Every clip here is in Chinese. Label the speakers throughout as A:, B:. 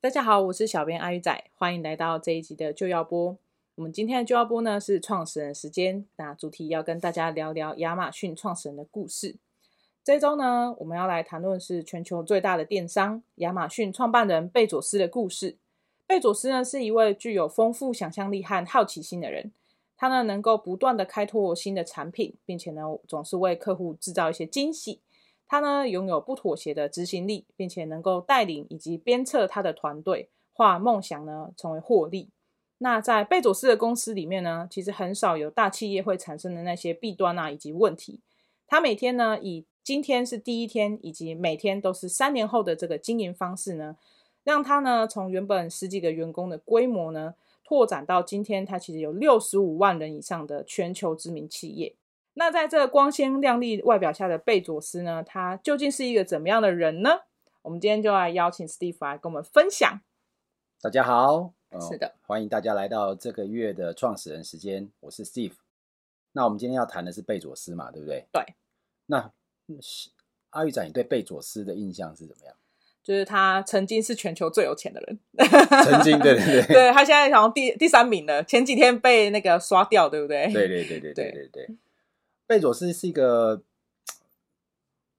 A: 大家好，我是小编阿鱼仔，欢迎来到这一集的就要播。我们今天的就要播呢是创始人时间，那主题要跟大家聊聊亚马逊创始人的故事。这周呢，我们要来谈论是全球最大的电商亚马逊创办人贝佐斯的故事。贝佐斯呢是一位具有丰富想象力和好奇心的人，他呢能够不断的开拓新的产品，并且呢总是为客户制造一些惊喜。他呢拥有不妥协的执行力，并且能够带领以及鞭策他的团队，化梦想呢成为获利。那在贝佐斯的公司里面呢，其实很少有大企业会产生的那些弊端啊以及问题。他每天呢以今天是第一天，以及每天都是三年后的这个经营方式呢，让他呢从原本十几个员工的规模呢，拓展到今天，他其实有六十五万人以上的全球知名企业。那在这光鲜亮丽外表下的贝佐斯呢，他究竟是一个怎么样的人呢？我们今天就来邀请 Steve 来跟我们分享。
B: 大家好，呃
A: 是的，
B: 欢迎大家来到这个月的创始人时间，我是 Steve。那我们今天要谈的是贝佐斯嘛，对不对？
A: 对。
B: 那嗯是阿玉仔，你对贝佐斯的印象是怎么样？
A: 就是他曾经是全球最有钱的人，
B: 曾经，对对对，
A: 对他现在好像第第三名了，前几天被那个刷掉，对不对？
B: 对对对对对对对。贝佐斯是一个，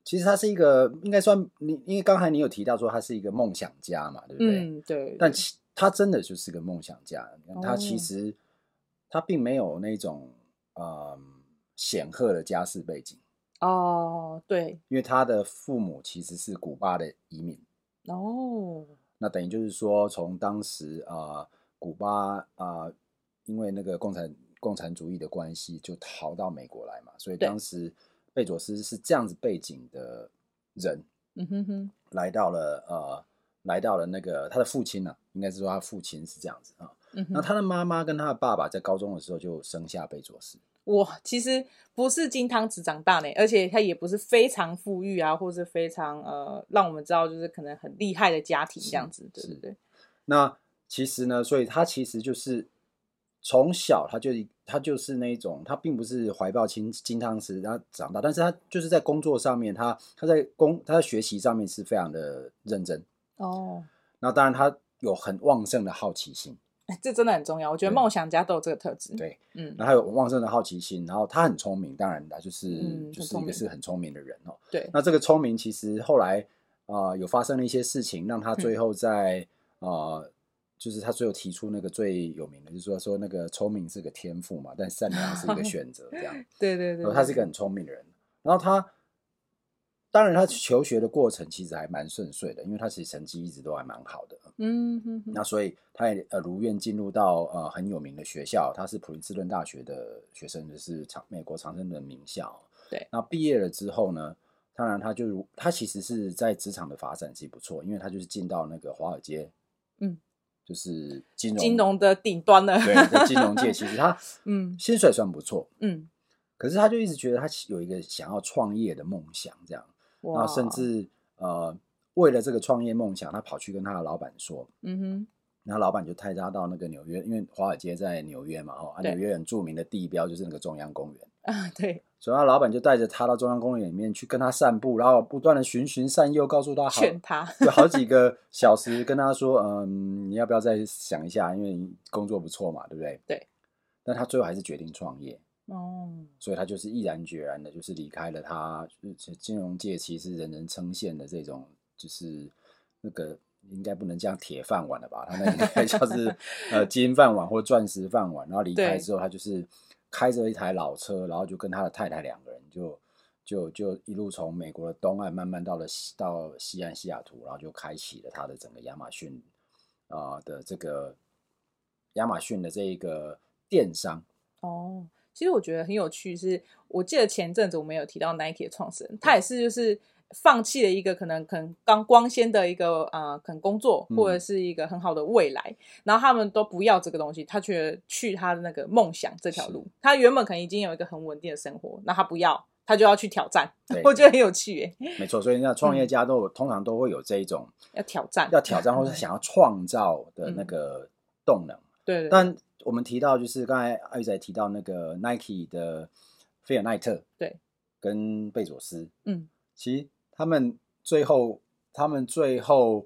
B: 其实他是一个，应该算你，因为刚才你有提到说他是一个梦想家嘛，对不对？
A: 嗯，对。
B: 但其他真的就是个梦想家，他
A: 哦
B: 其实、他并没有那种嗯显赫的家世背景，
A: 哦，对，
B: 因为他的父母其实是古巴的移民，
A: 哦，
B: 那等于就是说从当时啊、呃古巴啊、呃因为那个共产共产主义的关系就逃到美国来嘛，所以
A: 对
B: 当时贝佐斯是这样子背景的人，
A: 嗯哼哼，
B: 来到了呃来到了那个他的父亲呢、应该是说他父亲是这样子啊。
A: 嗯哼
B: 那。他的妈妈跟他的爸爸在高中的时候就生下贝佐斯，
A: 我其实不是金汤匙长大呢，而且他也不是非常富裕啊，或是非常呃，让我们知道就是可能很厉害的家庭这样子，对
B: 是
A: 对对，
B: 那其实呢，所以他其实就是从小他就他就是那一种，他并不是怀抱金金汤匙他长大，但是他就是在工作上面，他他在工他在学习上面是非常的认真。
A: 哦，
B: 那当然他有很旺盛的好奇心，
A: 哎这真的很重要，我觉得
B: 对
A: 梦想家都有这个特质，
B: 对，
A: 嗯，
B: 然后他有旺盛的好奇心，然后他很聪明，当然他就是、
A: 嗯
B: 就
A: 很
B: 是
A: 聪
B: 一
A: 明
B: 个是很聪明的人哦。
A: 对，
B: 那这个聪明其实后来啊、呃有发生了一些事情，让他最
A: 嗯
B: 后在、呃，就是他最后提出那个最有名的，就是说说那个聪明是个天赋嘛，但善良 是一个选择，这样。
A: 对对对
B: 然后
A: 对，
B: 他是一个很聪明的人，然后他当然他求学的过程其实还蛮顺遂的，因为他其实成绩一直都还蛮好的。
A: 嗯哼哼，
B: 那所以他也呃如愿进入到呃很有名的学校，他是普林斯顿大学的学生，就是长美国常春的名校。
A: 对，
B: 那毕业了之后呢，当然他就如他其实是在职场的发展是不错，因为他就是进到那个华尔街，
A: 嗯，
B: 就是金融
A: 金融的顶端了，
B: 对，在金融界其实他
A: 嗯
B: 薪水算不错，
A: 嗯，
B: 可是他就一直觉得他有一个想要创业的梦想，这样，然
A: 哇，
B: 后甚，至呃为了这个创业梦想，他跑去跟他的老板说，
A: 嗯哼，
B: 然后老板就派他到那个纽约，因为华尔街在纽约嘛，哦，啊，
A: 对
B: 纽约很著名的地标就是那个中央公园，
A: 啊， 对，
B: 所以他老板就带着他到中央公园里面去跟他散步，然后不断的循循善诱，告诉他好，
A: 劝他，
B: 有好几个小时跟他说，嗯，你要不要再想一下，因为你工作不错嘛，对不对？
A: 对。
B: 但他最后还是决定创业，
A: 哦，
B: 所以他就是毅然决然的，就是离开了他就是金融界其实人人称羡的这种，就是那个应该不能叫铁饭碗了吧？他那应该叫是呃金饭碗或钻石饭碗。然后离开
A: 对
B: 之后，他就是开着一台老车，然后就跟他的太太两个人就就就一路从美国的东岸慢慢到了西到西岸西雅图，然后就开启了他的整个亚马逊啊、呃的这个亚马逊的这一个电商。
A: 哦，其实我觉得很有趣是，我记得前阵子我们有提到 Nike 的创始人，他也是就是放弃了一个可能可能刚光鲜的一个呃可能工作
B: 嗯
A: 或者是一个很好的未来，然后他们都不要这个东西，他却去他的那个梦想这条路。他原本可能已经有一个很稳定的生活，那他不要，他就要去挑战。
B: 对
A: 我觉得很有趣耶，
B: 没错，所以那创业家都有、通常都会有这一种
A: 嗯要挑战，嗯
B: 要挑战或者想要创造的那个动能。
A: 对对对
B: 但我们提到就是刚才阿玉仔提到那个 Nike 的菲尔奈特，
A: 对，
B: 跟贝佐斯，
A: 嗯，
B: 其实他们最后他们最后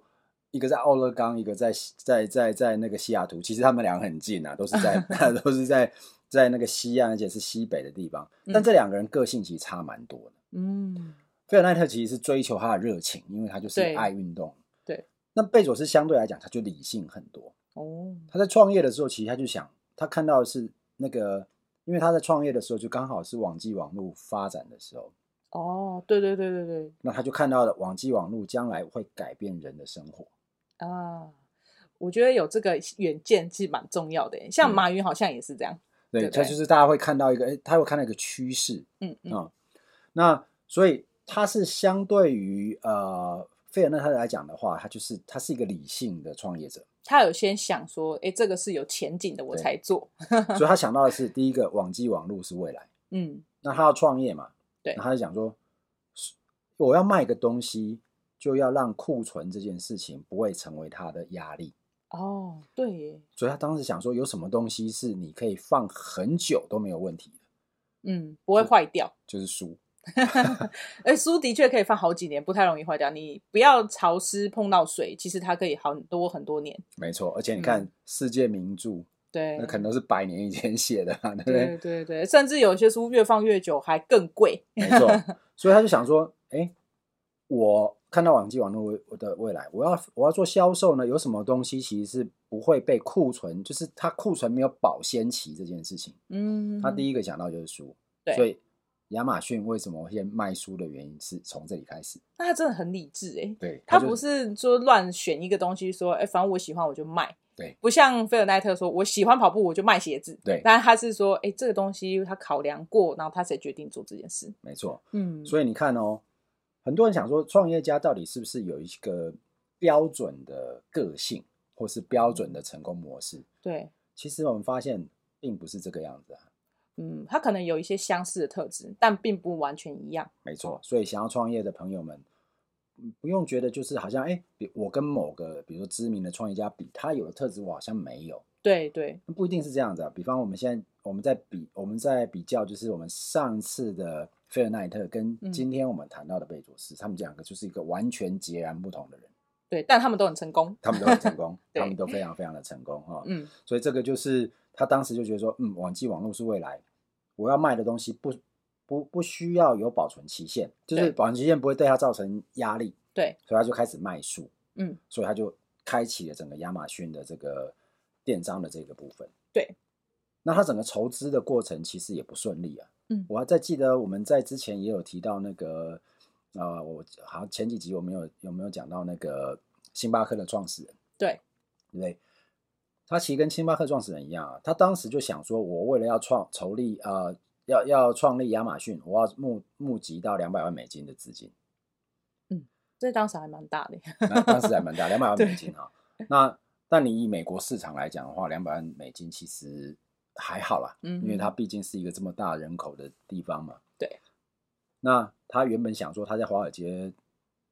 B: 一个在奥勒冈，一个在在在在那个西雅图，其实他们两个很近啊，都 是在都是在在那个西岸，而且是西北的地方。但这两个人个性其实差蛮多的。
A: 嗯，
B: 菲尔奈特其实是追求他的热情，因为他就是
A: 对
B: 爱运动。
A: 对，
B: 那贝佐斯相对来讲，他就理性很多。
A: 哦，
B: 他在创业的时候，其实他就想，他看到的是那个，因为他在创业的时候就刚好是网际网络发展的时候，
A: 哦，对对对对对
B: 那他就看到了网际网络将来会改变人的生活。
A: 啊，我觉得有这个远见是蛮重要的耶。像
B: 嗯
A: 马云好像也是这样，
B: 对，
A: 对不
B: 他
A: 对
B: 就是大家会看到一个，哎，他会看到一个趋势
A: 嗯嗯，
B: 啊、那所以他是相对于呃费尔纳他来讲的话，他就是他是一个理性的创业者，
A: 他有先想说，哎，这个是有前景的，我
B: 对
A: 才做。
B: 所以他想到的是第一个网际网络是未来，
A: 嗯，
B: 那他要创业嘛，
A: 对
B: 那他就想说，是我要卖个东西，就要让库存这件事情不会成为他的压力。
A: 哦，对耶，
B: 所以他当时想说，有什么东西是你可以放很久都没有问题的，
A: 嗯，不会坏掉。
B: 就是书。
A: 哎，书的确可以放好几年，不太容易坏掉。你不要潮湿碰到水，其实它可以好很多很多年。
B: 没错，而且你看世界名著，
A: 对，
B: 那可能都是百年以前写的、啊，对不
A: 对
B: 对？
A: 对对，甚至有些书越放越久还更贵。
B: 没错， 所以他就想说，哎，我看到网际网络未我的未来，我要我要做销售呢，有什么东西其实是不会被库存，就是它库存没有保鲜期这件事情，
A: 嗯，
B: 他第一个想到就是书，
A: 对
B: 所以亚马逊为什么会先卖书的原因是从这里开始，
A: 那他真的很理智哎，
B: 对，
A: 他
B: 就
A: 不是说乱选一个东西说，哎，反正我喜欢我就卖。
B: 对，
A: 不像菲尔奈特说，我喜欢跑步我就卖鞋子。
B: 对
A: 但他是说，哎，这个东西他考量过，然后他才决定做这件事。
B: 没错，
A: 嗯，以
B: 所以你看哦，很多人想说，创业家到底是不是有一个标准的个性，或是标准的成功模式？
A: 对，
B: 其实我们发现并不是这个样子啊。
A: 嗯，他可能有一些相似的特质，但并不完全一样。
B: 没错，所以想要创业的朋友们，嗯不用觉得就是好像哎，比我跟某个比如说知名的创业家比，他有的特质我好像没有，
A: 对对，
B: 不一定是这样子啊。比方我们现在我们在比我们在比较，就是我们上次的菲尔奈特跟
A: 嗯
B: 今天我们谈到的贝佐斯，他们两个就是一个完全截然不同的人。
A: 对，但他们都很成功。
B: 他们都很 成功，
A: 对
B: 他们都非常非常的成功哈、
A: 嗯，
B: 所以这个就是他当时就觉得说，嗯，网际网络是未来，我要卖的东西不不不需要有保存期限，就是
A: 对
B: 保存期限不会对他造成压力，
A: 对，
B: 所以他就开始卖书，
A: 嗯，
B: 所以他就开启了整个亚马逊的这个电商的这个部分。
A: 对，
B: 那他整个筹资的过程其实也不顺利啊。
A: 嗯
B: 我还在记得我们在之前也有提到那个，呃，我好像前几集我们有有没有讲到那个星巴克的创始人？
A: 对，
B: 对不对？他其实跟星巴克创始人一样啊，他当时就想说，我为了要创筹立呃，要要创立亚马逊，我要募募集到两百万美金的资金，
A: 这当时还蛮大的。
B: 那当时还蛮大，两百万
A: 对
B: 美金啊。那但你以美国市场来讲的话，两百万美金其实还好啦，
A: 嗯哼
B: 因为它毕竟是一个这么大人口的地方嘛。
A: 对。
B: 那他原本想说他在华尔街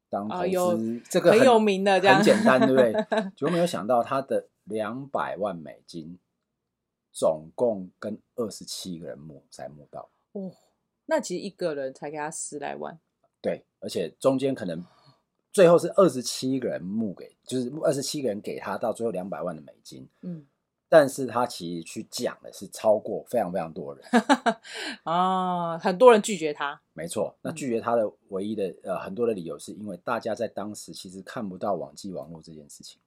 B: 当投
A: 啊有
B: 资，这个
A: 很
B: 很
A: 有名的这样
B: 很简单，对不对？结果没有想到他的两百万美金，总共跟二十七个人募才募到，
A: 哦，那其实一个人才给他十来万。
B: 对，而且中间可能最后是二十七个人募给，就是二十七个人给他到最后两百万的美金，
A: 嗯
B: 但是他其实去讲的是超过非常非常多人，
A: 啊，很多人拒绝他。
B: 没错。那拒绝他的唯一的呃很多的理由是因为大家在当时其实看不到网际网络这件事情，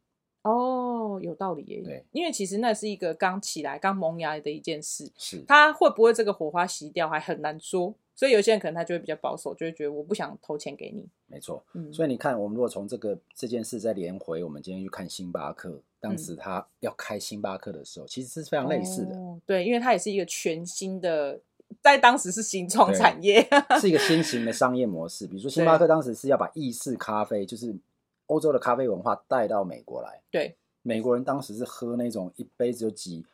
A: 哦，有道理耶。
B: 对，
A: 因为其实那是一个刚起来、刚萌芽的一件事，
B: 是
A: 他会不会这个火花熄掉还很难说。所以有些人可能他就会比较保守，就会觉得我不想投钱给你。
B: 没错。
A: 嗯，
B: 所
A: 以
B: 以你看，我们如果从这个这件事再连回我们今天去看星巴克，
A: 嗯
B: 当时他要开星巴克的时候，其实是非常类似的，
A: 哦。对，因为它也是一个全新的，在当时是新创
B: 对
A: 产业。
B: 是一个新型的商业模式。比如说，星巴克当时是要把意式咖啡，就是欧洲的咖啡文化带到美国来。
A: 对，
B: 美国人当时是喝那种一杯只有几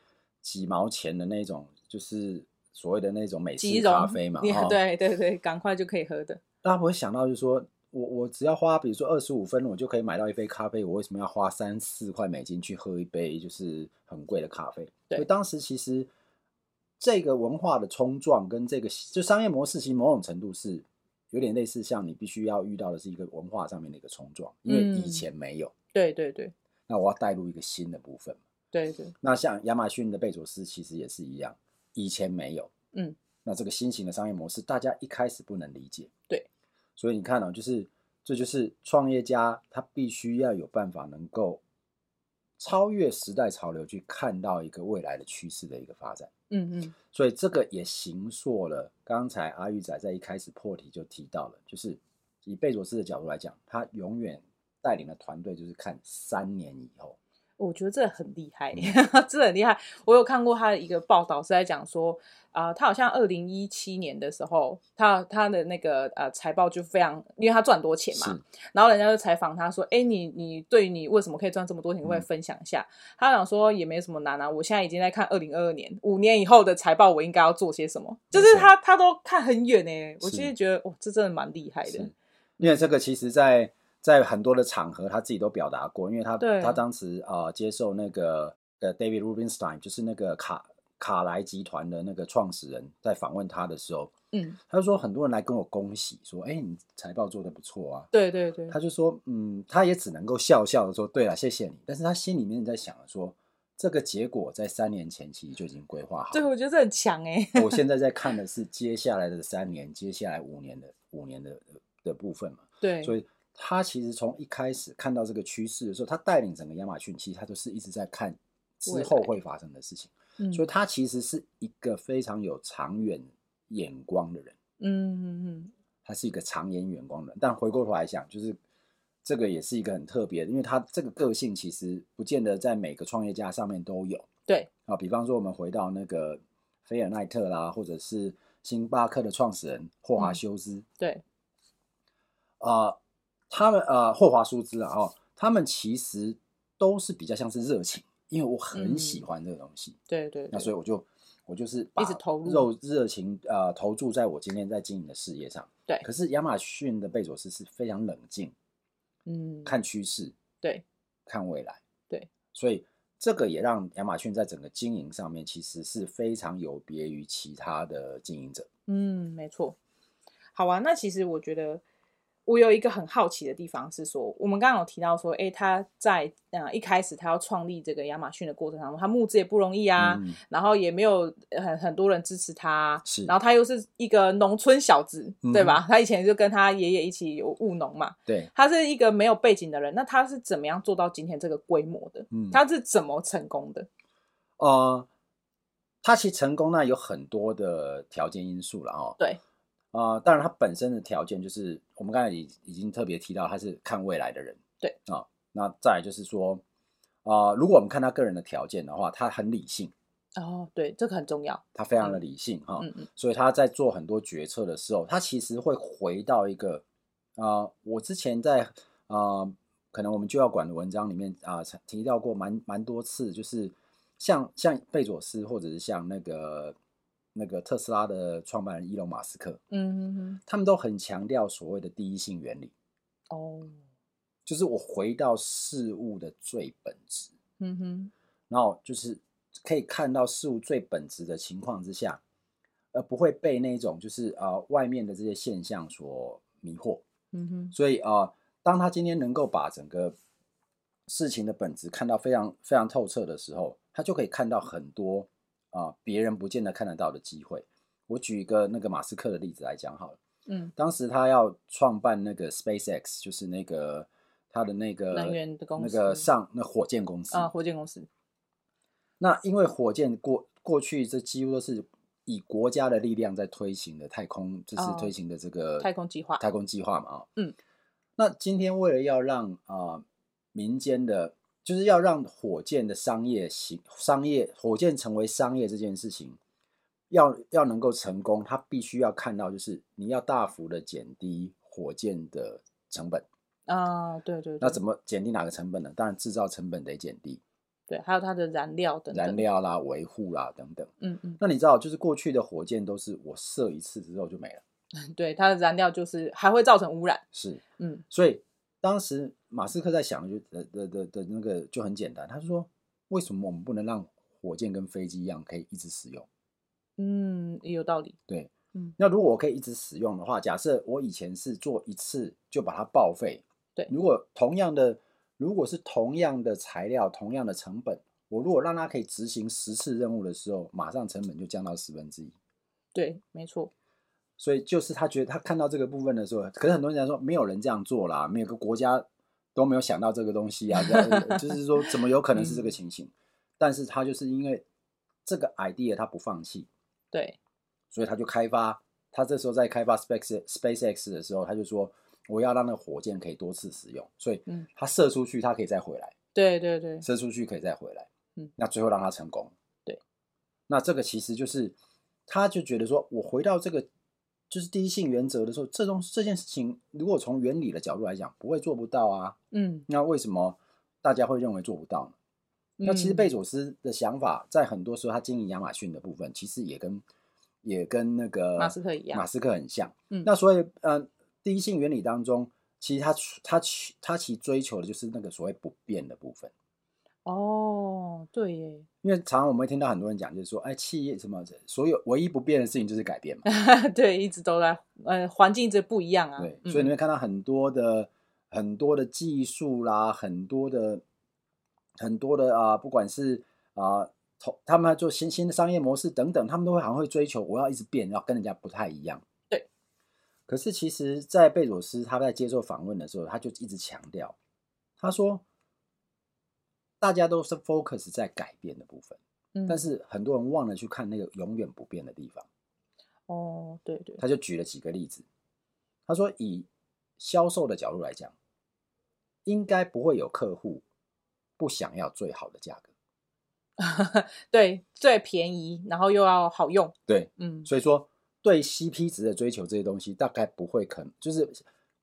B: 几毛钱的那种，就是所谓的那种美
A: 即
B: 式
A: 溶
B: 咖啡嘛。
A: 你
B: 哈
A: 对对对，赶快就可以喝的。
B: 大家不会想到，就是说我我只要花，比如说二十五分，我就可以买到一杯咖啡，我为什么要花三四块美金去喝一杯就是很贵的咖啡？
A: 对
B: 所以当时其实这个文化的冲撞跟这个就商业模式，其实某种程度是有点类似，像你必须要遇到的是一个文化上面的一个冲撞，因为以前没有，
A: 对对对
B: 那我要带入一个新的部分。
A: 对对，
B: 那像亚马逊的贝佐斯其实也是一样，以前没有，
A: 嗯，
B: 那这个新型的商业模式，大家一开始不能理解，
A: 对，
B: 所以你看哦，就是这就是创业家他必须要有办法能够超越时代潮流，去看到一个未来的趋势的一个发展，
A: 嗯嗯，
B: 所以这个也形塑了刚才阿玉仔在一开始破题就提到了，就是以贝佐斯的角度来讲，他永远带领的团队就是看三年以后。
A: 我觉得这很厉害，
B: 嗯
A: 这很厉害。我有看过他的一个报道，是在讲说，啊、他好像二零一七年的时候，他他的那个呃财报就非常，因为他赚很多钱嘛，然后人家就采访他说：“哎，你你对你为什么可以赚这么多钱，可不可以
B: 嗯
A: 分享一下？”他想说也没什么难啊，我现在已经在看二零二二年五年以后的财报，我应该要做些什么。就是
B: 没错
A: 他他都看很远呢、我
B: 是
A: 其实觉得哇，这真的蛮厉害的
B: 是。，因为这个其实在，在很多的场合他自己都表达过，因为他
A: 对
B: 他当时啊、呃接受那个呃 David Rubinstein，就是那个卡卡莱集团的那个创始人，在访问他的时候，
A: 嗯，
B: 他就说很多人来跟我恭喜，说哎你财报做的不错啊。
A: 对对对，
B: 他就说，嗯，他也只能够笑笑的说，对了，谢谢你。但是他心里面在想着说，这个结果在三年前其实就已经规划好
A: 对，
B: 了。
A: 我觉得这很强 哎、
B: 我现在在看的是接下来的三年，接下来五年的五年的呃的部分嘛。
A: 对，
B: 所以他其实从一开始看到这个趋势的时候，他带领整个亚马逊，其实他就是一直在看之后
A: 未来
B: 会发生的事情，
A: 嗯
B: 所以他其实是一个非常有长远眼光的人，
A: 嗯嗯嗯，
B: 他是一个长眼远光的人。但回过头来想，就是这个也是一个很特别的，因为他这个个性其实不见得在每个创业家上面都有
A: 对，
B: 啊。比方说，我们回到那个菲尔奈特啦，或者是星巴克的创始人霍华
A: 嗯
B: 修斯，
A: 对，
B: 呃，他们呃，霍华舒兹啊，哦，他们其实都是比较像是热情，因为我很喜
A: 嗯
B: 欢这个东西，
A: 对对
B: 那
A: 对，
B: 所以我就我就是把
A: 直投入
B: 肉热情呃投注在我今天在经营的事业上。
A: 对
B: 可是亚马逊的贝佐斯是非常冷静，
A: 嗯，
B: 看趋势，
A: 对，
B: 看未来，
A: 对，
B: 所以这个也让亚马逊在整个经营上面其实是非常有别于其他的经营者。
A: 嗯，没错。好啊，那其实我觉得我有一个很好奇的地方是说，我们刚刚有提到说，诶，他在呃一开始他要创立这个亚马逊的过程当中，他募资也不容易啊，
B: 嗯，
A: 然后也没有呃很很多人支持他，
B: 是
A: 然后他又是一个农村小子，对
B: 嗯
A: 吧？他以前就跟他爷爷一起有务农嘛，
B: 对，
A: 他是一个没有背景的人，那他是怎么样做到今天这个规模的？
B: 嗯，
A: 他是怎么成功的？
B: 呃，他其实成功那有很多的条件因素了哦。
A: 对，
B: 啊、当然他本身的条件就是我们刚才已已经特别提到，他是看未来的人。
A: 对
B: 啊、那再来就是说，啊、如果我们看他个人的条件的话，他很理性，
A: 哦，对，这个很重要。
B: 他非常的理性哈、
A: 嗯嗯，
B: 所以他在做很多决策的时候，他其实会回到一个啊、呃我之前在啊，呃可能我们就要管的文章里面啊、曾提到过蛮蛮多次，就是像像贝佐斯或者是像那个那个特斯拉的创办人伊隆马斯克，
A: 嗯嗯嗯，
B: 他们都很强调所谓的第一性原理，
A: 哦，
B: 就是我回到事物的最本质，
A: 嗯哼，
B: 然后就是可以看到事物最本质的情况之下，而不会被那种就是呃外面的这些现象所迷惑。
A: 嗯哼，
B: 所以啊、呃当他今天能够把整个事情的本质看到非常非常透彻的时候，他就可以看到很多啊、呃别人不见得看得到的机会。我举一个那个马斯克的例子来讲好了，
A: 嗯，
B: 当时他要创办那个 SpaceX，就是那个他的那个
A: 能源的公司
B: 那个上那火箭公司
A: 啊，火箭公司，
B: 那因为火箭过过去这几乎都是以国家的力量在推行的太空，就是
A: 哦
B: 推行的这个、
A: 太空计划
B: 太空计划嘛啊、
A: 嗯，
B: 那今天为了要让啊、呃民间的，就是要让火箭的商业行商业火箭成为商业这件事情，要要能够成功，它必须要看到就是你要大幅的减低火箭的成本。
A: 啊，对对，
B: 那怎
A: 么
B: 么减低哪个成本呢？当然制造成本得减低，
A: 对？还有它的燃料等等
B: 燃，料啦、维护啦等等。
A: 嗯嗯，
B: 那你知道，就是过去的火箭都是我射一次之后就没了，
A: 对，它的燃料就是还会造成污染，
B: 是，
A: 嗯
B: 所以当时马斯克在想的就的的的的那个就很简单，他说为什么我们不能让火箭跟飞机一样可以一直使用？
A: 嗯，也有道理，
B: 对，
A: 嗯
B: 那如果我可以一直使用的话，假设我以前是做一次就把它报废，
A: 对
B: 如果同样的如果是同样的材料、同样的成本，我如果让它可以执行十次任务的时候，马上成本就降到十分之一。
A: 对，没错，
B: 所以就是他觉得他看到这个部分的时候，可是很多人讲说没有人这样做啦，没有个国家都没有想到这个东西啊，这样就是说怎么有可能是这个情形？但是他就是因为这个 idea 他不放弃，
A: 对，
B: 所以他就开发，他这时候在开发 Space SpaceX 的时候，他就说我要让那个火箭可以多次使用，所以
A: 嗯
B: 他射出去，它可以再回来，
A: 对对对，
B: 射出去可以再回来，
A: 嗯
B: 那最后让它成功，
A: 对，
B: 那这个其实就是他就觉得说我回到这个就是第一性原则的时候，这种这件事情如果从原理的角度来讲，不会做不到啊，
A: 嗯，
B: 那为什么大家会认为做不到呢？那其实
A: 嗯
B: 贝佐斯的想法，在很多时候他经营亚马逊的部分，其实也跟也跟那个
A: 马斯克一样
B: 马斯克很像。
A: 嗯
B: 那所以呃，第一性原理当中，其实他他其他其追求的就是那个所谓不变的部分。
A: 哦，对耶，
B: 因为常常我们会听到很多人讲，就是说，哎，企业什么，所有唯一不变的事情就是改变嘛。
A: 对，一直都在，呃，环境这不一样啊，
B: 对，
A: 嗯
B: 所以你会看到很多的、很多的技术啦，很多的、很多的啊、不管是啊，投、他们要做新新的商业模式等等，他们都会好像会追求我要一直变，要跟人家不太一样。
A: 对。
B: 可是其实，在贝佐斯他在接受访问的时候，他就一直强调，他说，大家都是 focus 在改变的部分，
A: 嗯
B: 但是很多人忘了去看那个永远不变的地方。
A: 哦，对对，
B: 他就举了几个例子。他说，以销售的角度来讲，应该不会有客户不想要最好的价格。
A: 对，最便宜，然后又要好用，
B: 对，
A: 嗯，
B: 所以说对 CP 值的追求这些东西，大概不会可能就是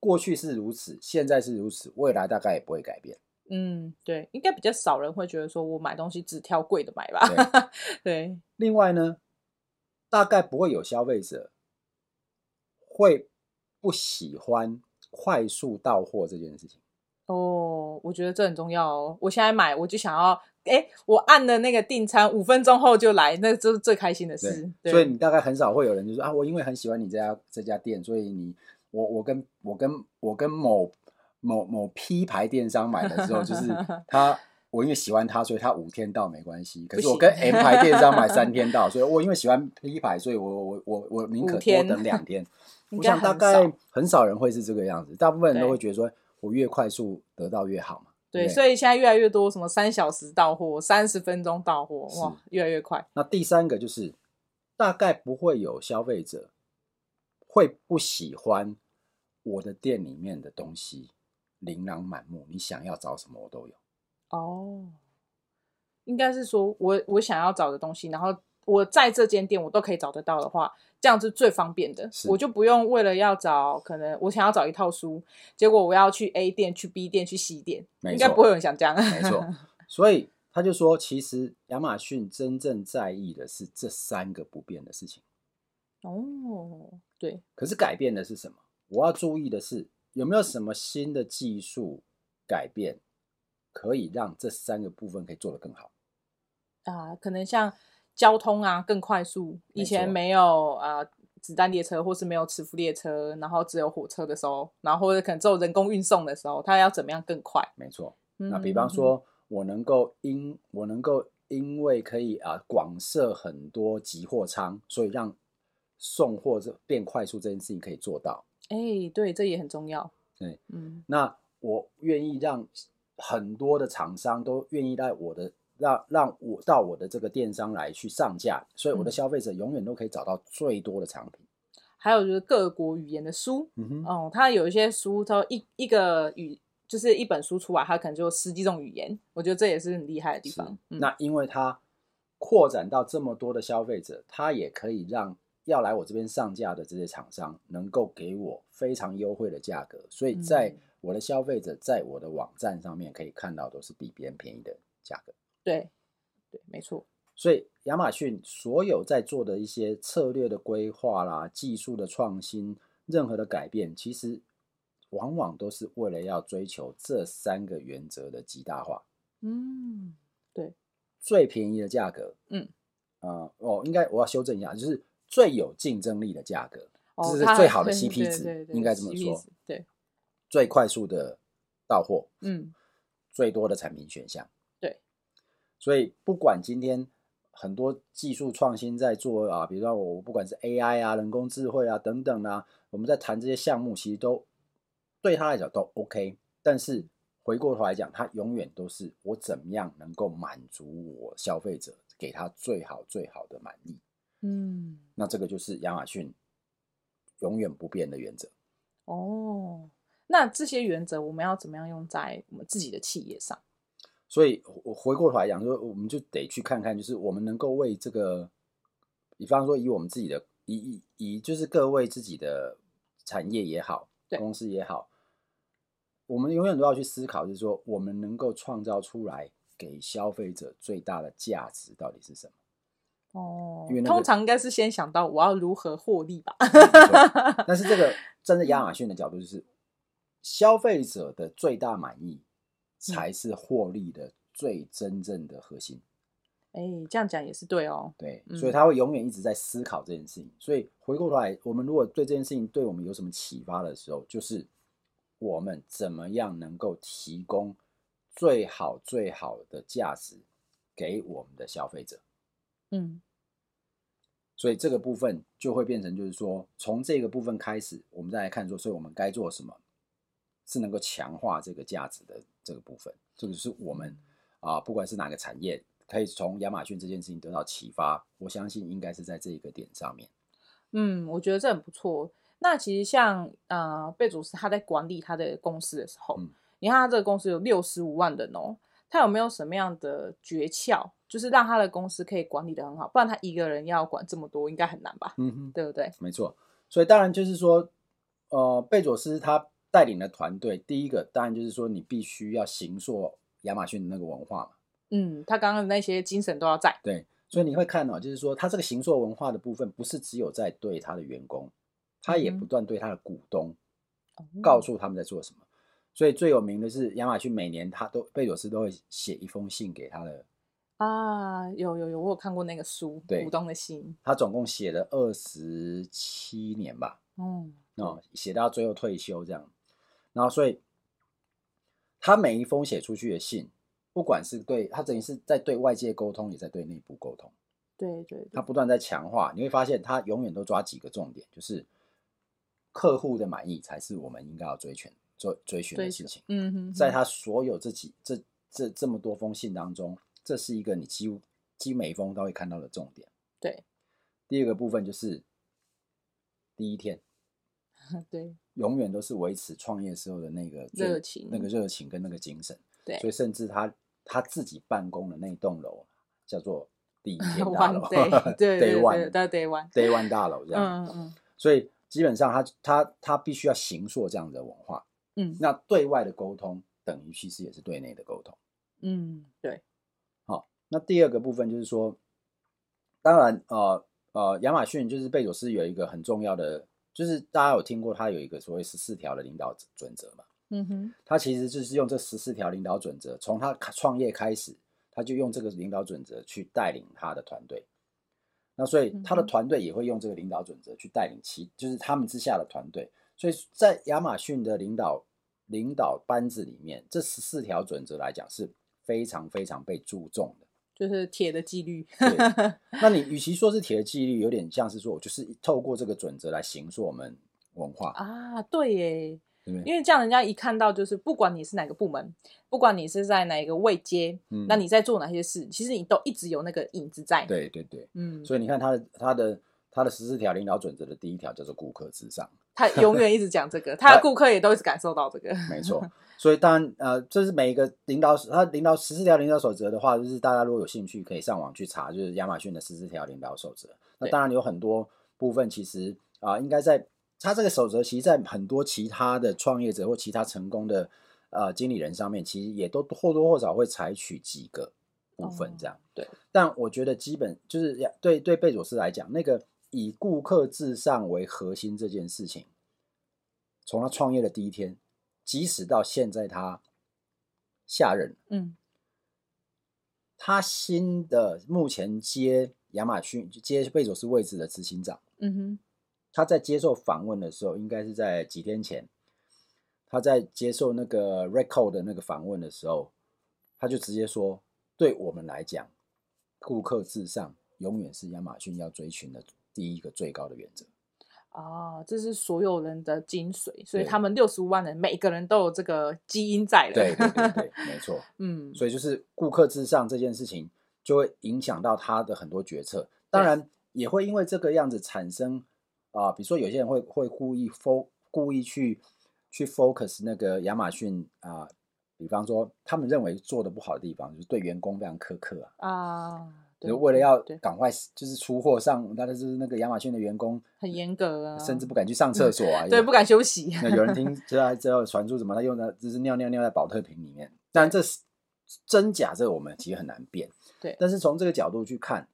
B: 过去是如此，现在是如此，未来大概也不会改变。
A: 嗯，对，应该比较少人会觉得说我买东西只挑贵的买吧， 对，
B: 另外呢，大概不会有消费者会不喜欢快速到货这件事情。
A: 哦，我觉得这很重要哦。我现在买，我就想要，哎，我按的那个订餐五分钟后就来，那这是最开心的事。对，
B: 所以你大概很少会有人就说啊，我因为很喜欢你这家这家店，所以你我我跟我跟我跟某某某 P 牌电商买的时候， 就是他我因为喜欢他，所以他五天到没关系。可是我
A: 不行
B: 跟 M 牌电商 买三天到，所以我因为喜欢 P 牌，所以我我我我宁
A: 五
B: 可多
A: 天
B: 等两天。
A: 应
B: 我
A: 该
B: 想
A: 很
B: 大
A: 少
B: 概很少人会是这个样子，大部分人都
A: 对
B: 会觉得说我越快速得到越好嘛。对
A: 对，
B: 不对
A: 所以现在越来越多什么三小时到货、三十分钟到货，哇，越来越快。
B: 那第三个就是，大概不会有消费者会不喜欢我的店里面的东西琳琅满目，你想要找什么我都有。
A: 哦，应该是说我我想要找的东西，然后我在这间店我都可以找得到的话，这样是最方便的。
B: 是
A: 我就不用为了要找，可能我想要找一套书，结果我要去 A 店、去 B 店、去 C 店，
B: 没
A: 应该
B: 错
A: 不会有人想这样。
B: 没错，所以他就说，其实亚马逊真正在意的是这三个不变的事情，
A: 哦，对，
B: 可是改变的是什么？我要注意的是有没有什么新的技术改变，可以让这三个部分可以做得更好。
A: 啊、可能像交通啊更快速，以
B: 没
A: 前
B: 错
A: 没有啊、呃子弹列车，或是没有磁浮列车，然后只有火车的时候，然后或者可能只有人工运送的时候，它要怎么样更快？嗯
B: 没错，那
A: 那
B: 比方，说，我能够因我能够因为可以啊广设很多集货仓，所以让送货这变快速这件事情可以做到。
A: 哎、对，这也很重要。
B: 对，
A: 嗯，
B: 那我愿意让很多的厂商都愿意在我的让让我到我的这个电商来去上架，所以我的
A: 嗯
B: 消费者永远都可以找到最多的产品。
A: 还有就是各国语言的书，
B: 嗯哼，
A: 哦、它有一些书，它一一个语就是一本书出来，它可能就有十几种语言，我觉得这也是很厉害的地
B: 是
A: 方。嗯、
B: 那因为它扩展到这么多的消费者，它也可以让要来我这边上架的这些厂商能够给我非常优惠的价格，所以在
A: 嗯
B: 我的消费者在我的网站上面可以看到都是比别人便宜的价格。
A: 对，对，没错，
B: 所以亚马逊所有在做的一些策略的规划啦、技术的创新、任何的改变，其实往往都是为了要追求这三个原则的极大化。
A: 嗯，
B: 最便宜的价格，
A: 嗯，
B: 呃，哦，应该我要修正一下，就是最有竞争力的价格，
A: 哦，
B: 这是
A: 它
B: 最好的
A: 对
B: CP
A: 对
B: 值
A: 对对
B: 应该这么
A: CP
B: 说
A: 值对，
B: 最快速的到货，
A: 嗯，
B: 最多的产品选项。
A: 对，
B: 所以不管今天很多技术创新在做啊，比如说我不管是 AI 啊、人工智慧啊等等啊，我们在谈这些项目，其实都对他来讲都 OK，但是回过头来讲，他永远都是我怎么样能够满足我消费者，给他最好最好的满意。
A: 嗯，
B: 那这个就是亚马逊永远不变的原则。
A: 哦，那这些原则我们要怎么样用在我们自己的企业上？
B: 所以我回过头来讲，说我们就得去看看，就是我们能够为这个，比方说以我们自己的，以以以就是各位自己的产业也好，
A: 对
B: 公司也好，我们永远都要去思考，就是说我们能够创造出来给消费者最大的价值到底是什么？
A: 哦，
B: 因为那个
A: 通常应该是先想到我要如何获利吧。
B: 对但是这个站在亚马逊的角度，就是消费者的最大满意才是获利的最真正的核心。
A: 哎，这样讲也是对哦。
B: 对，
A: 嗯
B: 所以他会永远一直在思考这件事情。所以回过头来，我们如果对这件事情对我们有什么启发的时候，就是我们怎么样能够提供最好最好的价值给我们的消费者。
A: 嗯，
B: 所以这个部分就会变成，就是说，从这个部分开始，我们再来看说，所以我们该做什么，是能够强化这个价值的这个部分。这个就是我们啊、不管是哪个产业，可以从亚马逊这件事情得到启发。我相信应该是在这一个点上面。
A: 嗯，我觉得这很不错。那其实像呃，贝佐斯他在管理他的公司的时候，
B: 嗯
A: 你看他这个公司有六十五万人哦，他有没有什么样的诀窍，就是让他的公司可以管理的很好？不然他一个人要管这么多，应该很难吧？
B: 嗯哼，
A: 对不对？
B: 没错。所以当然就是说，呃，贝佐斯他带领的团队，第一个当然就是说，你必须要行塑亚马逊的那个文化嘛。
A: 嗯，他刚刚的那些精神都要在。
B: 对，所以你会看到、就是说，他这个行塑文化的部分，不是只有在对他的员工，他也
A: 嗯
B: 不
A: 哼嗯
B: 断对他的股东告诉他们在做什么。所以最有名的是亚马逊，每年他都贝佐斯都会写一封信给他的，
A: 啊，有有有，我有看过那个书
B: 对
A: 《股东的心
B: 他总共写了二十七年吧，》。
A: 嗯，
B: 哦，写到最后退休这样。然后所以他每一封写出去的信，不管是对他等于是在对外界沟通，也在对内部沟通。
A: 对对
B: 它
A: 对，
B: 不断在强化，你会发现它永远都抓几个重点，就是客户的满意才是我们应该要追寻、追追寻的
A: 对
B: 事情。
A: 嗯哼，
B: 在他所有这几这这这么多封信当中，这是一个你几乎几乎每一封都会看到的重点。
A: 对，
B: 第二个部分就是第一天，
A: 哼对
B: 永远都是维持创业时候的那个最
A: 热情
B: 那个热情跟那个精神。
A: 对
B: 所以甚至他他自己办公的那栋楼啊叫做第一 天大楼
A: ，One Day，对
B: Day
A: 对对，
B: One
A: 到 Day One，
B: Day One 大楼这样。
A: 嗯嗯嗯
B: 所以基本上他他他必须要行塑这样的文化。
A: 嗯
B: 那对外的沟通等于其实也是对内的沟通。
A: 嗯，对，
B: 那第二个部分就是说，当然呃呃，亚马逊就是贝佐斯有一个很重要的，就是大家有听过他有一个所谓十四条的领导准则嘛？
A: 嗯哼，
B: 他其实就是用这十四条领导准则，从他开创业开始，他就用这个领导准则去带领他的团队。那所以他的
A: 嗯哼
B: 团队也会用这个领导准则去带领其，就是他们之下的团队。所以在亚马逊的领导领导班子里面，这十四条准则来讲是非常非常被注重的。
A: 就是铁的纪律，
B: 对那你与其说是铁的纪律，有点像是说我就是透过这个准则来形塑我们文化，
A: 啊，对耶，
B: 对不对？
A: 因为这样人家一看到就是，不管你是哪个部门，不管你是在哪一个位阶，
B: 嗯
A: 那你在做哪些事，其实你都一直有那个影子在。，
B: 对对对。
A: 嗯，
B: 所以你看他的他的他的十四条领导准则的第一条叫做顾客至上，
A: 他永远一直讲 这个，他的顾客也都一直感受到这个。
B: 没错。所以当然呃，这是每一个领导他领导十四条领导守则的话，就是大家如果有兴趣可以上网去查，就是亚马逊的十四条领导守则。那
A: 对
B: 当然有很多部分其实啊、应该在他这个守则，其实在很多其他的创业者或其他成功的呃经理人上面，其实也都或多或少会采取几个部分这样。
A: 哦对，
B: 但我觉得基本就是呀对对贝佐斯来讲，那个以顾客至上为核心这件事情，从他创业的第一天，即使到现在他下任，
A: 嗯
B: 他新的目前接亚马逊接贝佐斯位置的执行长，
A: 嗯哼，
B: 他在接受访问的时候，应该是在几天前，他在接受那个 Record 的那个访问的时候，他就直接说，对我们来讲，顾客至上永远是亚马逊要追寻的第一个最高的原则。
A: 哦，这是所有人的精髓，所以
B: 对
A: 他们六十五万人每个人都有这个基因在了。
B: 对对对对，没错。
A: 嗯，
B: 所以就是顾客至上这件事情，就会影响到他的很多决策。当然也会因为这个样子产生啊、比如说有些人会会故意 fo 故意去去 focus 那个亚马逊啊、比方说他们认为做的不好的地方，就是对员工非常苛刻啊。
A: 啊，对
B: 就为了要
A: 对
B: 赶快就是出货上，那就是那个亚马逊的员工
A: 很严格啊，
B: 甚至不敢去上厕所啊，
A: 对
B: 有
A: 不敢休息。
B: 那有人听知道知道传出什么，他用的就是尿尿尿在保特瓶里面，但这是真假，这个我们其实很难辨。
A: 对
B: 但是从这个角度去看，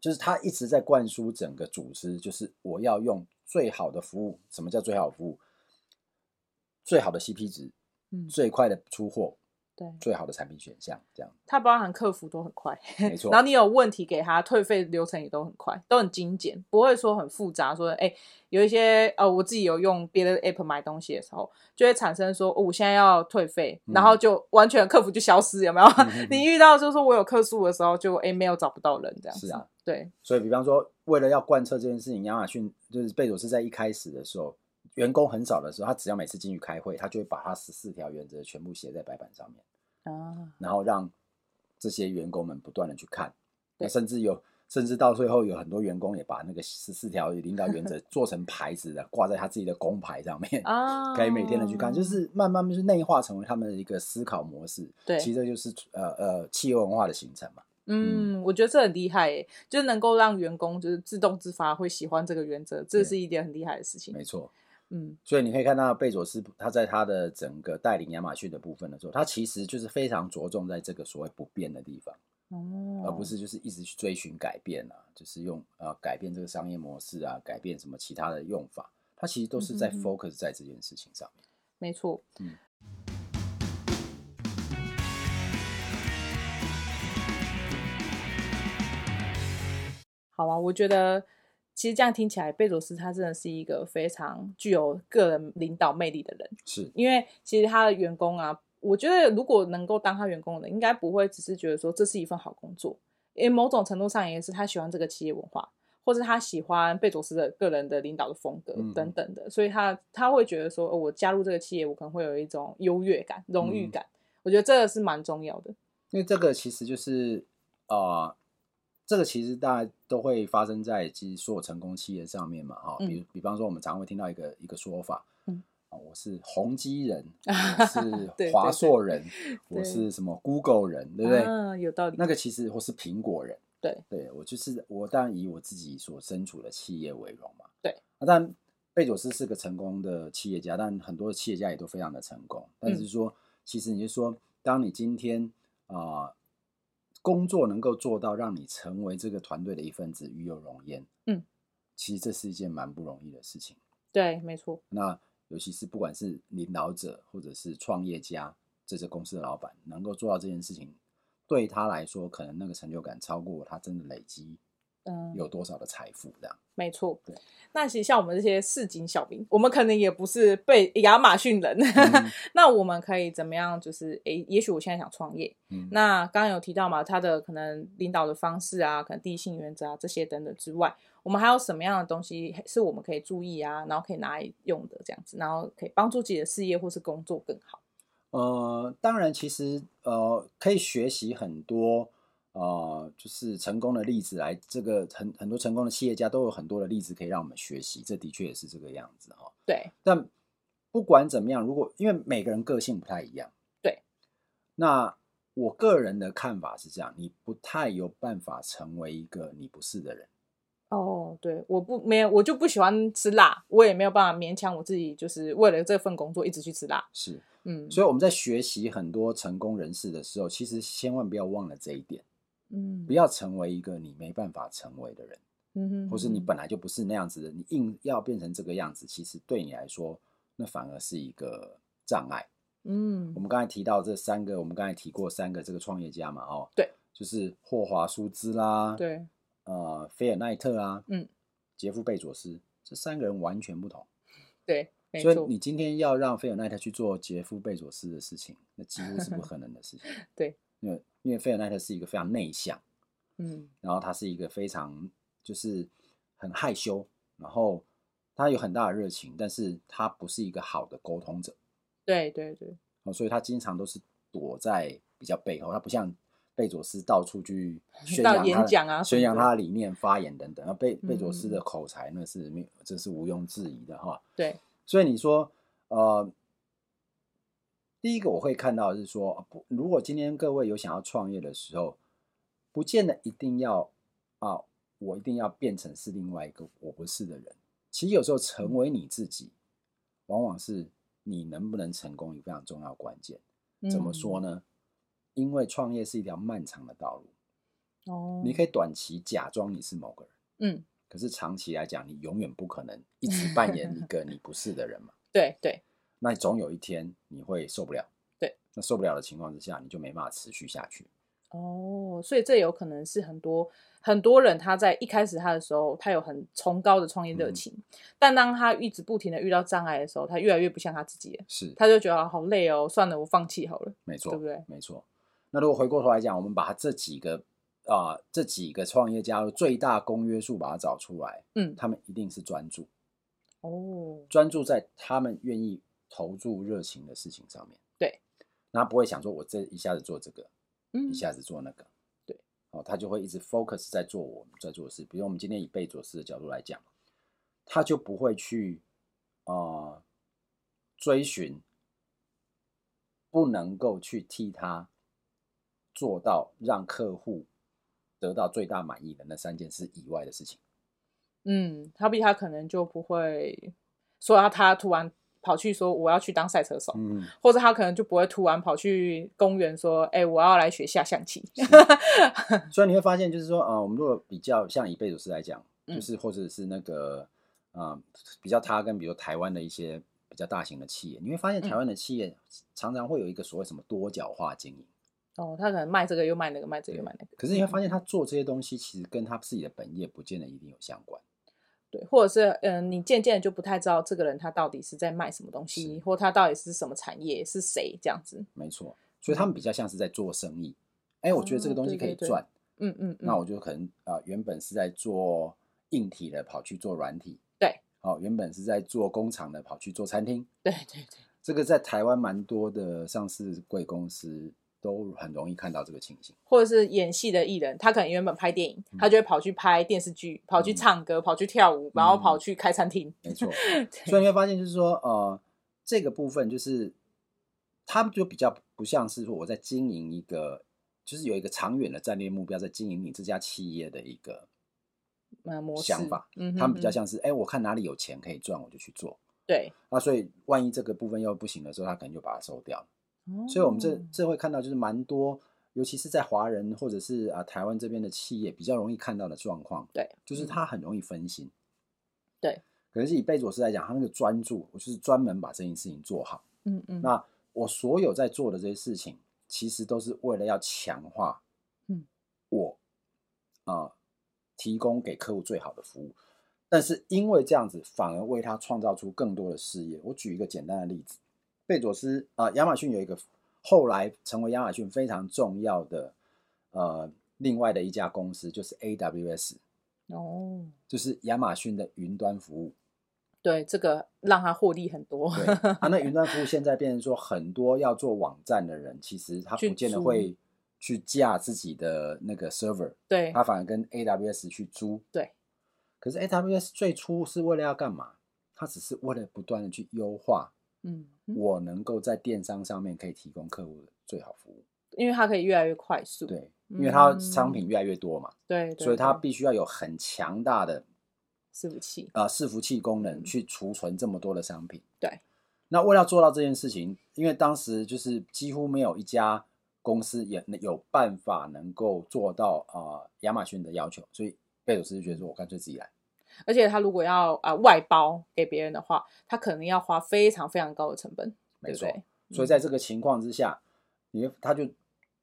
B: 就是他一直在灌输整个组织，就是我要用最好的服务。什么叫最好的服务？最好的 CP 值，
A: 嗯，
B: 最快的出货，
A: 对，
B: 最好的产品选项，这样
A: 它包含客服都很快，
B: 没错
A: 然后你有问题给他，退费流程也都很快，都很精简，不会说很复杂。说哎、有一些呃，我自己有用别的 app 买东西的时候，就会产生说、哦我现在要退费，
B: 嗯
A: 然后就完全客服就消失，有没有？
B: 嗯
A: 你遇到就是说我有客诉的时候，就哎、没有找不到人这样子。
B: 是啊，。
A: 对，
B: 所以，比方说，为了要贯彻这件事情，亚马逊就是贝佐斯在一开始的时候，员工很少的时候，他只要每次进去开会，他就会把他十四条原则全部写在白板上面，
A: 啊，
B: 然后让这些员工们不断的去看，
A: 对
B: 那甚至有，甚至到最后有很多员工也把那个十四条领 导原则做成牌子的，挂在他自己的工牌上面，
A: 啊，
B: 可以每天的去看，就是慢慢就是内化成为他们的一个思考模式。
A: 对
B: 其实这就是呃呃企业文化的形成嘛。
A: 嗯，我觉得这很厉害耶，就是能够让员工就是自动自发会喜欢这个原则，这
B: 对
A: 是一件很厉害的事情
B: 没。错。
A: 嗯，
B: 所以你可以看到贝佐斯他在他的整个带领亚马逊的部分的时候，他其实就是非常着重在这个所谓不变的地方，
A: 哦，
B: 而不是就是一直去追寻改变啊，就是用呃改变这个商业模式啊，改变什么其他的用法，他其实都是在
A: 嗯哼
B: focus 在这件事情上面。
A: 没错。
B: 嗯
A: 好啊，我觉得其实这样听起来，贝佐斯他真的是一个非常具有个人领导魅力的人，
B: 是，
A: 因为其实他的员工啊，我觉得如果能够当他员工的，应该不会只是觉得说这是一份好工作，因为某种程度上也是他喜欢这个企业文化。或者他喜欢贝佐斯的个人的领导的风格
B: 嗯
A: 等等的，所以他他会觉得说、哦，我加入这个企业，我可能会有一种优越感、荣誉
B: 嗯
A: 感。我觉得这个是蛮重要的。
B: 因为这个其实就是呃，这个其实大家都会发生在其实所有成功企业上面嘛，哈、
A: 嗯
B: 比如比方说我们常会听到一个一个说法，
A: 嗯
B: 啊，我是宏 基人，我
A: 对
B: 是
A: 对
B: 华硕人，
A: 对
B: 我是什么 Google 人，对不对？
A: 嗯、有道理。
B: 那个其实或是苹果人，
A: 对
B: 对我就是我，当然以我自己所身处的企业为荣嘛，
A: 对
B: 啊，但贝佐斯是个成功的企业家，但很多的企业家也都非常的成功，但
A: 嗯
B: 是说，其实你就说，当你今天啊、呃工作能够做到让你成为这个团队的一份子，与有荣焉，
A: 嗯，
B: 其实这是一件蛮不容易的事情。
A: 对，没错。
B: 那尤其是不管是领导者或者是创业家，这是公司的老板，能够做到这件事情，对他来说，可能那个成就感超过他真的累积
A: 嗯，
B: 有多少的财富这样。
A: 没错
B: 对。
A: 那其实像我们这些市井小民，我们可能也不是被亚马逊人，
B: 嗯
A: 那我们可以怎么样？就是诶，也许我现在想创业，
B: 嗯，
A: 那刚刚有提到嘛，他的可能领导的方式啊，可能第一性原则啊这些等等之外，我们还有什么样的东西是我们可以注意啊，然后可以拿来用的这样子，然后可以帮助自己的事业或是工作更好。
B: 呃，当然，其实呃，可以学习很多呃，就是成功的例子来，这个很很多成功的企业家都有很多的例子可以让我们学习，这的确也是这个样子哈、
A: 对，
B: 但不管怎么样，如果因为每个人个性不太一样，
A: 对，
B: 那我个人的看法是这样：你不太有办法成为一个你不是的人。
A: 哦，对，我不没有，我就不喜欢吃辣，我也没有办法勉强我自己，就是为了这份工作一直去吃辣。
B: 是，
A: 嗯，
B: 所以我们在学习很多成功人士的时候，其实千万不要忘了这一点，
A: 嗯
B: 不，要成为一个你没办法成为的人，
A: 嗯哼
B: 或是你
A: 嗯
B: 本来就不是那样子的，你硬要变成这个样子，其实对你来说，那反而是一个障碍。
A: 嗯
B: 我们刚才提到这三个，我们刚才提过三个这个创业家嘛，哦，
A: 对，
B: 就是霍华舒兹啦，，
A: 对，
B: 呃，菲尔奈特啊，
A: 嗯，
B: 杰夫贝佐斯这三个人完全不同，
A: 对，没
B: 所以
A: 错，。
B: 你今天要让菲尔奈特去做杰夫贝佐斯的事情，那几乎是不可能的事情
A: 对，
B: 因为因为菲尔奈特是一个非常内向，
A: 嗯
B: 然后他是一个非常就是很害羞，然后他有很大的热情，但是他不是一个好的沟通者，
A: 对对对，
B: 哦，所以他经常都是躲在比较背后，他不像贝佐斯到处去宣
A: 到
B: 扬
A: 演
B: 他的
A: 讲啊什
B: 宣
A: 么
B: 扬
A: 的
B: 他的理念、发言等等。那贝贝佐斯
A: 嗯
B: 的口才那是没有，这是毋庸置疑的哈。
A: 对，
B: 所以你说，呃，第一个我会看到的是说，啊不，如果今天各位有想要创业的时候，不见得一定要啊，我一定要变成是另外一个我不是的人。其实有时候成为你自己，往往是你能不能成功一个非常重要的关键。
A: 嗯
B: 怎么说
A: 呢？
B: 呢？因为创业是一条漫长的道路，
A: 哦，
B: 你可以短期假装你是某个人，
A: 嗯，
B: 可是长期来讲，你永远不可能一直扮演一个你不是的人嘛。
A: 对对
B: 那总有一天你会受不了。
A: 对，
B: 那受不了的情况之下，你就没办法持续下去。
A: 哦，所以这有可能是很多很多人他在一开始他的时候，他有很崇高的创业热
B: 嗯
A: 情，但当他一直不停的遇到障碍的时候，他越来越不像他自己了，
B: 是，
A: 他就觉得啊好累哦，算了，我放弃好了。
B: 没错，
A: 对不对
B: 没错。那如果回过头来讲，我们把这几个啊、这几个创业家的最大公约数把它找出来，
A: 嗯，
B: 他们一定是专注，
A: 哦，
B: 专注在他们愿意投注热情的事情上面。
A: 对，
B: 那不会想说我这一下子做这个，
A: 嗯
B: 一，下子做那个。
A: 对，
B: 哦，他就会一直 focus 在做我们在做的事。比如我们今天以贝佐斯的角度来讲，他就不会去呃追寻不能够去替他做到让客户得到最大满意的那三件事以外的事情。
A: 嗯，他比他可能就不会说要他突然跑去说我要去当赛车手，
B: 嗯，
A: 或者他可能就不会突然跑去公园说，哎、我要来学下象棋。
B: 所以你会发现，就是说，呃，我们如果比较像以贝佐斯来讲，
A: 嗯
B: 就是或者是那个，呃，比较他跟比如台湾的一些比较大型的企业，你会发现
A: 嗯
B: 台湾的企业常常会有一个所谓什么多角化经营，
A: 哦，他可能卖这个又卖那个，卖这个又卖那个。
B: 可是你会发现他做这些东西其实跟他自己的本业不见得一定有相关。
A: 对，或者是嗯、呃你渐渐地就不太知道这个人他到底是在卖什么东西，
B: 是
A: 或他到底是什么产业，是谁这样子。
B: 没错，所以他们比较像是在做生意。哎，我觉得这
A: 嗯
B: 个
A: 哦
B: 东西
A: 对
B: 可以
A: 对对
B: 赚，
A: 嗯嗯，嗯
B: 那我就可能啊、呃原本是在做硬体的，跑去做软体。
A: 对。
B: 哦，原本是在做工厂的，跑去做餐厅。
A: 对对对，
B: 这个在台湾蛮多的上市贵公司都很容易看到这个情形。
A: 或者是演戏的艺人，他可能原本拍电影，
B: 嗯
A: 他就会跑去拍电视剧，跑去
B: 嗯
A: 唱歌，跑去跳舞，然后跑去开餐厅。
B: 没错，所
A: 对，
B: 以你会发现，就是说，呃，这个部分就是他们就比较不像是说我在经营一个，就是有一个长远的战略目标，在经营你这家企业的一个
A: 嗯，模式
B: 想法。
A: 嗯哼，
B: 他们比较
A: 嗯
B: 像是，哎，我看哪里有钱可以赚，我就去做。
A: 对，
B: 那所以，万一这个部分又不行的时候，他可能就把它收掉了。所以我们这
A: 哦
B: 这会看到就是蛮多，尤其是在华人或者是啊、台湾这边的企业比较容易看到的状况，
A: 对，
B: 就是
A: 嗯
B: 他很容易分心。
A: 对，
B: 可是以贝佐斯来讲，他那个专注，我就是专门把这件事情做好。
A: 嗯嗯，
B: 那我所有在做的这些事情，其实都是为了要强化，
A: 嗯，
B: 我啊、呃提供给客户最好的服务。但是因为这样子，反而为他创造出更多的事业。我举一个简单的例子，贝佐斯啊、呃亚马逊有一个后来成为亚马逊非常重要的呃另外的一家公司，就是 AWS，
A: 哦，
B: 就是亚马逊的云端服务。
A: 对，这个让他获利很 多。
B: 对啊，那云端服务现在变成说，很多要做网站的人，其实他
A: 去
B: 不见得
A: 租
B: 会去架自己的那个 server，
A: 对
B: 他反而跟 AWS 去租。
A: 对，
B: 可是 AWS 最初是为了要干嘛？它只是为了不断的去优化，
A: 嗯，嗯
B: 我能够在电商上面可以提供客户的最好服务。
A: 因为它可以越来越快速。
B: 对，因为它
A: 嗯
B: 商品越来越多嘛，
A: 对，对
B: 所以它
A: 对
B: 必须要有很强大的
A: 伺服器。
B: 呃伺服器功能
A: 嗯
B: 去储存这么多的商品。
A: 对。
B: 那为了做到这件事情，因为当时就是几乎没有一家公司也有办法能够做到呃亚马逊的要求，所以贝佐斯就觉得说我干脆自己来。
A: 而且他如果要啊、呃外包给别人的话，他可能要花非常非常高的成本，
B: 没
A: 对不
B: 错
A: 对？
B: 所以在这个情况之下，你他就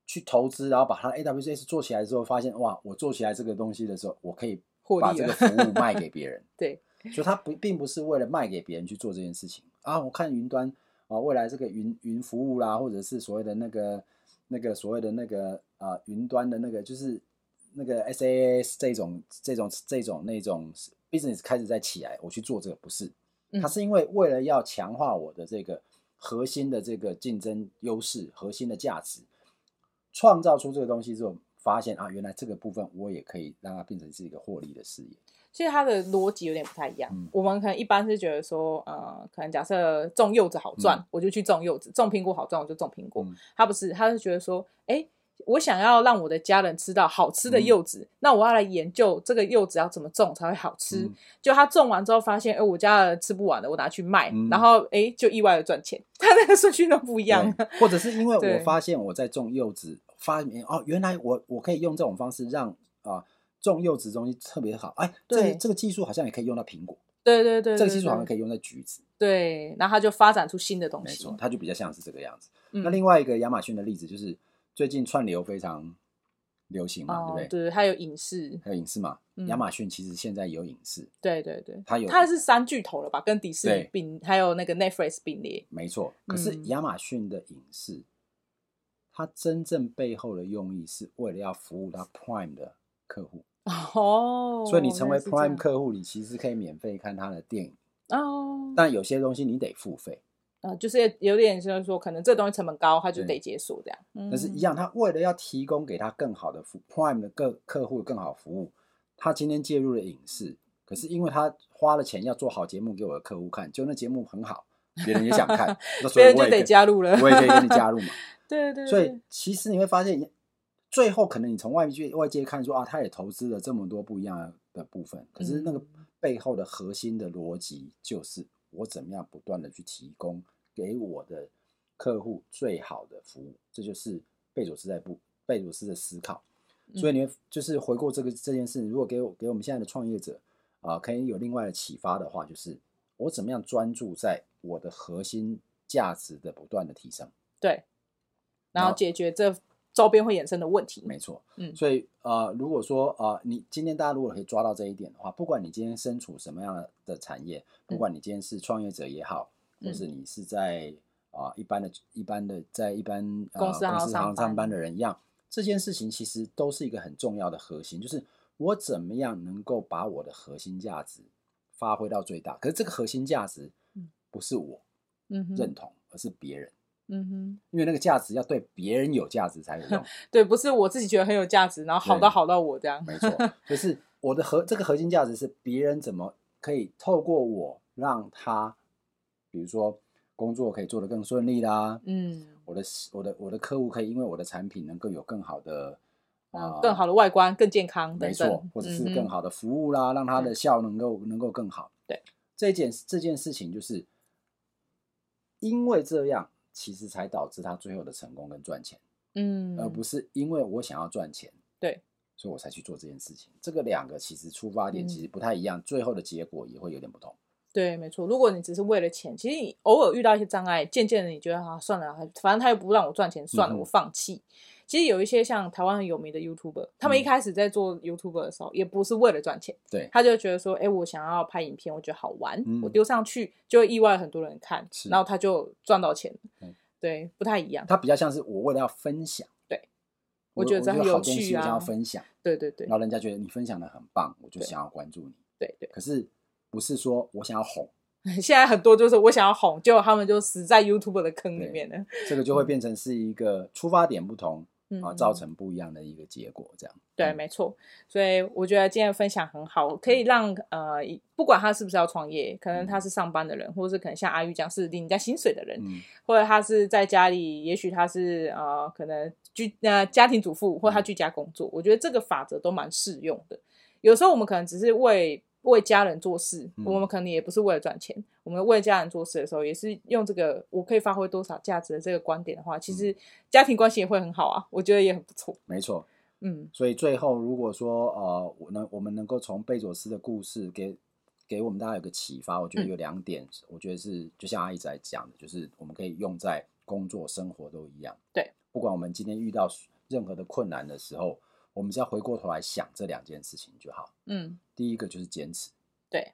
B: 去投资，然后把他的 AWS 做起来之后，发现哇，我做起来这个东西的时候，我可以
A: 获
B: 把
A: 利了
B: 这个服务卖给别人。
A: 对，
B: 所以他不并不是为了卖给别人去做这件事情，啊，我看云端啊，未来这个云云服务啦，或者是所谓的那个那个所谓的那个啊云端的那个，就是那个 SaaS 这种这种这种那种 business 开始在起来，我去做这个不是，
A: 嗯
B: 它是因为为了要强化我的这个核心的这个竞争优势、核心的价值，创造出这个东西之后，发现啊，原来这个部分我也可以让它变成是一个获利的事业。
A: 其实它的逻辑有点不太一样。
B: 嗯
A: 我们可能一般是觉得说，呃，可能假设种柚子好赚，
B: 嗯
A: 我就去种柚子；种苹果好赚，我就种苹果。
B: 嗯
A: 他不是，他是觉得说，哎，我想要让我的家人吃到好吃
B: 嗯
A: 的柚子，那我要来研究这个柚子要怎么种才会好吃。
B: 嗯
A: 就他种完之后发现，哎，我家人吃不完了，我拿去卖，
B: 嗯
A: 然后哎，就意外的赚钱。他那个顺序都不一样。
B: 对，或者是因为
A: 对
B: 我发现我在种柚子，发明哦，原来我我可以用这种方式让啊、种柚子的东西特别好，哎，这
A: 对
B: 个这个技术好像也可以用到苹果，
A: 对 对对，
B: 这个技术好像
A: 以。
B: 可以用在橘子，
A: 对，然后他就发展出新的东
B: 没
A: 西
B: 错，。它就比较像是这个样子。
A: 嗯
B: 那另外一个亚马逊的例子就是最近串流非常流行嘛，
A: 哦
B: 对，不对？
A: 对，他有影视，
B: 还有影视嘛，
A: 嗯
B: 亚马逊其实现在有影视，
A: 对对对，
B: 它有
A: 它是三巨头了吧？跟迪士尼
B: 对
A: 并还有那个 Netflix 并 列。
B: 没错，可是
A: 嗯
B: 亚马逊的影视，它真正背后的用意是为了要服务它 Prime 的客户。
A: 哦，
B: 所以你成
A: 原
B: 为
A: 来是这样
B: Prime 客户，你其实可以免费看他的电影，
A: 哦，
B: 但有些东西你得付费。
A: 呃，就是有点像说，可能这东西成本高，它就
B: 对
A: 得解锁这样。嗯
B: 但是一样，他为了要提供给他更好的服 Prime 的各客户更好服务，他今天介入了影视，可是因为他花了钱要做好节目给我的客户看，就那节目很好，别人也 想看，那所
A: 别
B: 以
A: 人就
B: 我也
A: 得
B: 可以
A: 加入了。
B: 我也可以跟你加入嘛。
A: 对对对，
B: 所以其实你会发现，最后可能你从外界外界看说啊，他也投资了这么多不一样的部分，可是那个
A: 嗯
B: 背后的核心的逻辑就是我怎么样不断的去提供给我的客户最好的服务，这就是贝佐斯在不贝佐斯的思考。所以你会就是回顾这个这件事，如果给我给我们现在的创业者啊、可以有另外的启发的话，就是我怎么样专注在我的核心价值的不断的提升。
A: 对，然
B: 然
A: 后
B: 后
A: 解决这周边会衍生的问题。
B: 没错，
A: 嗯
B: 所以呃，如果说呃，你今天大家如果可以抓到这一点的话，不管你今天身处什么样的的产业，
A: 嗯
B: 不管你今天是创业者也好，或是你是在啊、一般的、一般的在一般、呃、
A: 公司行
B: 公司
A: 上
B: 行
A: 班
B: 上班的人一样，这件事情其实都是一个很重要的核心，就是我怎么样能够把我的核心价值发挥到最大。可是这个核心价值
A: 嗯
B: 不是我
A: 嗯哼
B: 认，同，而是别人，
A: 嗯哼，
B: 因为那个价值要对别人有价值才有用。
A: 对，不是我自己觉得很有价值，然后好
B: 对
A: 到好到我这样。
B: 没错，就是我的核这个核心价值是别人怎么可以透过我让他，比如说工作可以做得更顺利啦，
A: 嗯，
B: 我的我的我的客户可以因为我的产品能够有更好的啊、
A: 嗯更好的外观，更健康等
B: 没
A: 等，
B: 错，或者是更
A: 嗯哼嗯
B: 好的服务啦，让他的效能够能够更好。
A: 对，
B: 这件这件事情就是因为这样，其实才导致他最后的成功跟赚钱。
A: 嗯，
B: 而不是因为我想要赚钱，
A: 对，
B: 所以我才去做这件事情。这个两个其实出发点
A: 嗯
B: 其实不太一样，最后的结果也会有点不同。
A: 对，没错。如果你只是为了钱，其实你偶尔遇到一些障碍，渐渐的你觉得啊，算了，反正他又不让我赚钱，算了，
B: 嗯哼
A: 我放弃。其实有一些像台湾很有名的 YouTuber，他们一
B: 嗯
A: 开始在做 YouTuber 的时候，也不是为了赚钱，
B: 对，
A: 他就觉得说，哎，我想要拍影片，我觉得好玩，
B: 嗯
A: 我丢上去就会意外很多人看，
B: 是
A: 然后他就赚到钱了
B: 嗯
A: 对，不太一样。
B: 它比较像是我为了要分享，
A: 对
B: 我，
A: 我觉得这很有
B: 好东西
A: 趣啊
B: 我想要分享，
A: 对对对
B: 然后人家觉得你分享的很棒，我就
A: 对
B: 想要关注你。
A: 对 对，
B: 可是不是说我想要红，
A: 现在很多就是我想要红，结果他们就死在 YouTuber 的坑里
B: 对
A: 面了。
B: 这个就会变成是一个出发点不同
A: 嗯
B: 啊，造成不一样的一个结果。这样，
A: 对，
B: 嗯
A: 没错，所以我觉得今天的分享很好，可以让呃，一不管他是不是要创业，可能他是上班的人，或者是可能像阿玉这样是领人家薪水的人，
B: 嗯，
A: 或者他是在家里，也许他是呃，可能居呃家庭主妇，
B: 嗯
A: 或他居家工作，我觉得这个法则都蛮适用的。有时候我们可能只是为为家人做事，
B: 嗯
A: 我们可能也不是为了赚钱，我们为家人做事的时候，也是用这个我可以发挥多少价值的这个观点的话，
B: 嗯
A: 其实家庭关系也会很好啊，我觉得也很不错。
B: 没错。
A: 嗯，
B: 所以最后，如果说呃，我能我们能够从贝佐斯的故事给给我们大家有个启发，我
A: 嗯
B: 觉得有两点，我觉得是就像阿姨仔讲的，就是我们可以用在工作、生活都一样。
A: 对，
B: 不管我们今天遇到任何的困难的时候，我们只要回过头来想这两件事情就好。
A: 嗯，
B: 第一个就是坚持，
A: 对，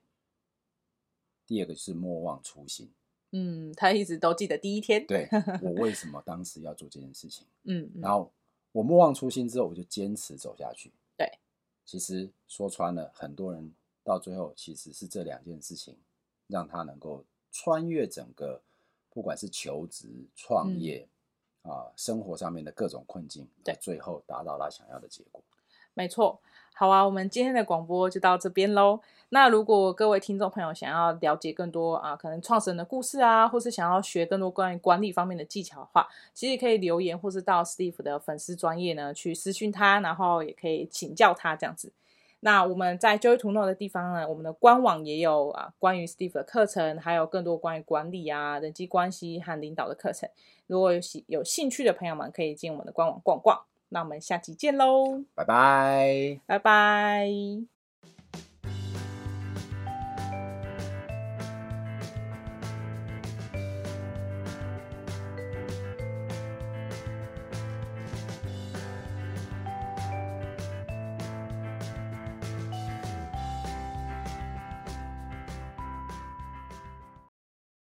B: 第二个就是莫忘初心。
A: 嗯，他一直都记得第一天，
B: 对我为什么当时要做这件事情？
A: 嗯，嗯
B: 然后我莫忘初心之后，我就坚持走下去。
A: 对，
B: 其实说穿了，很多人到最后其实是这两件事情让他能够穿越整个，不管是求职、创业啊、生活上面的各种困境，
A: 嗯对
B: 而最后达到他想要的结果。
A: 没错。好啊，我们今天的广播就到这边喽。那如果各位听众朋友想要了解更多啊，可能创始人的故事啊，或是想要学更多关于管理方面的技巧的话，其实可以留言或是到 Steve 的粉丝专业呢去私讯他，然后也可以请教他这样子。那我们在 Joy to Know 的地方呢，我们的官网也有啊关于 Steve 的课程，还有更多关于管理啊、人际关系和领导的课程。如果有喜有兴趣的朋友们，可以进我们的官网逛逛。那我们下期见喽！
B: 拜拜。
A: 拜拜。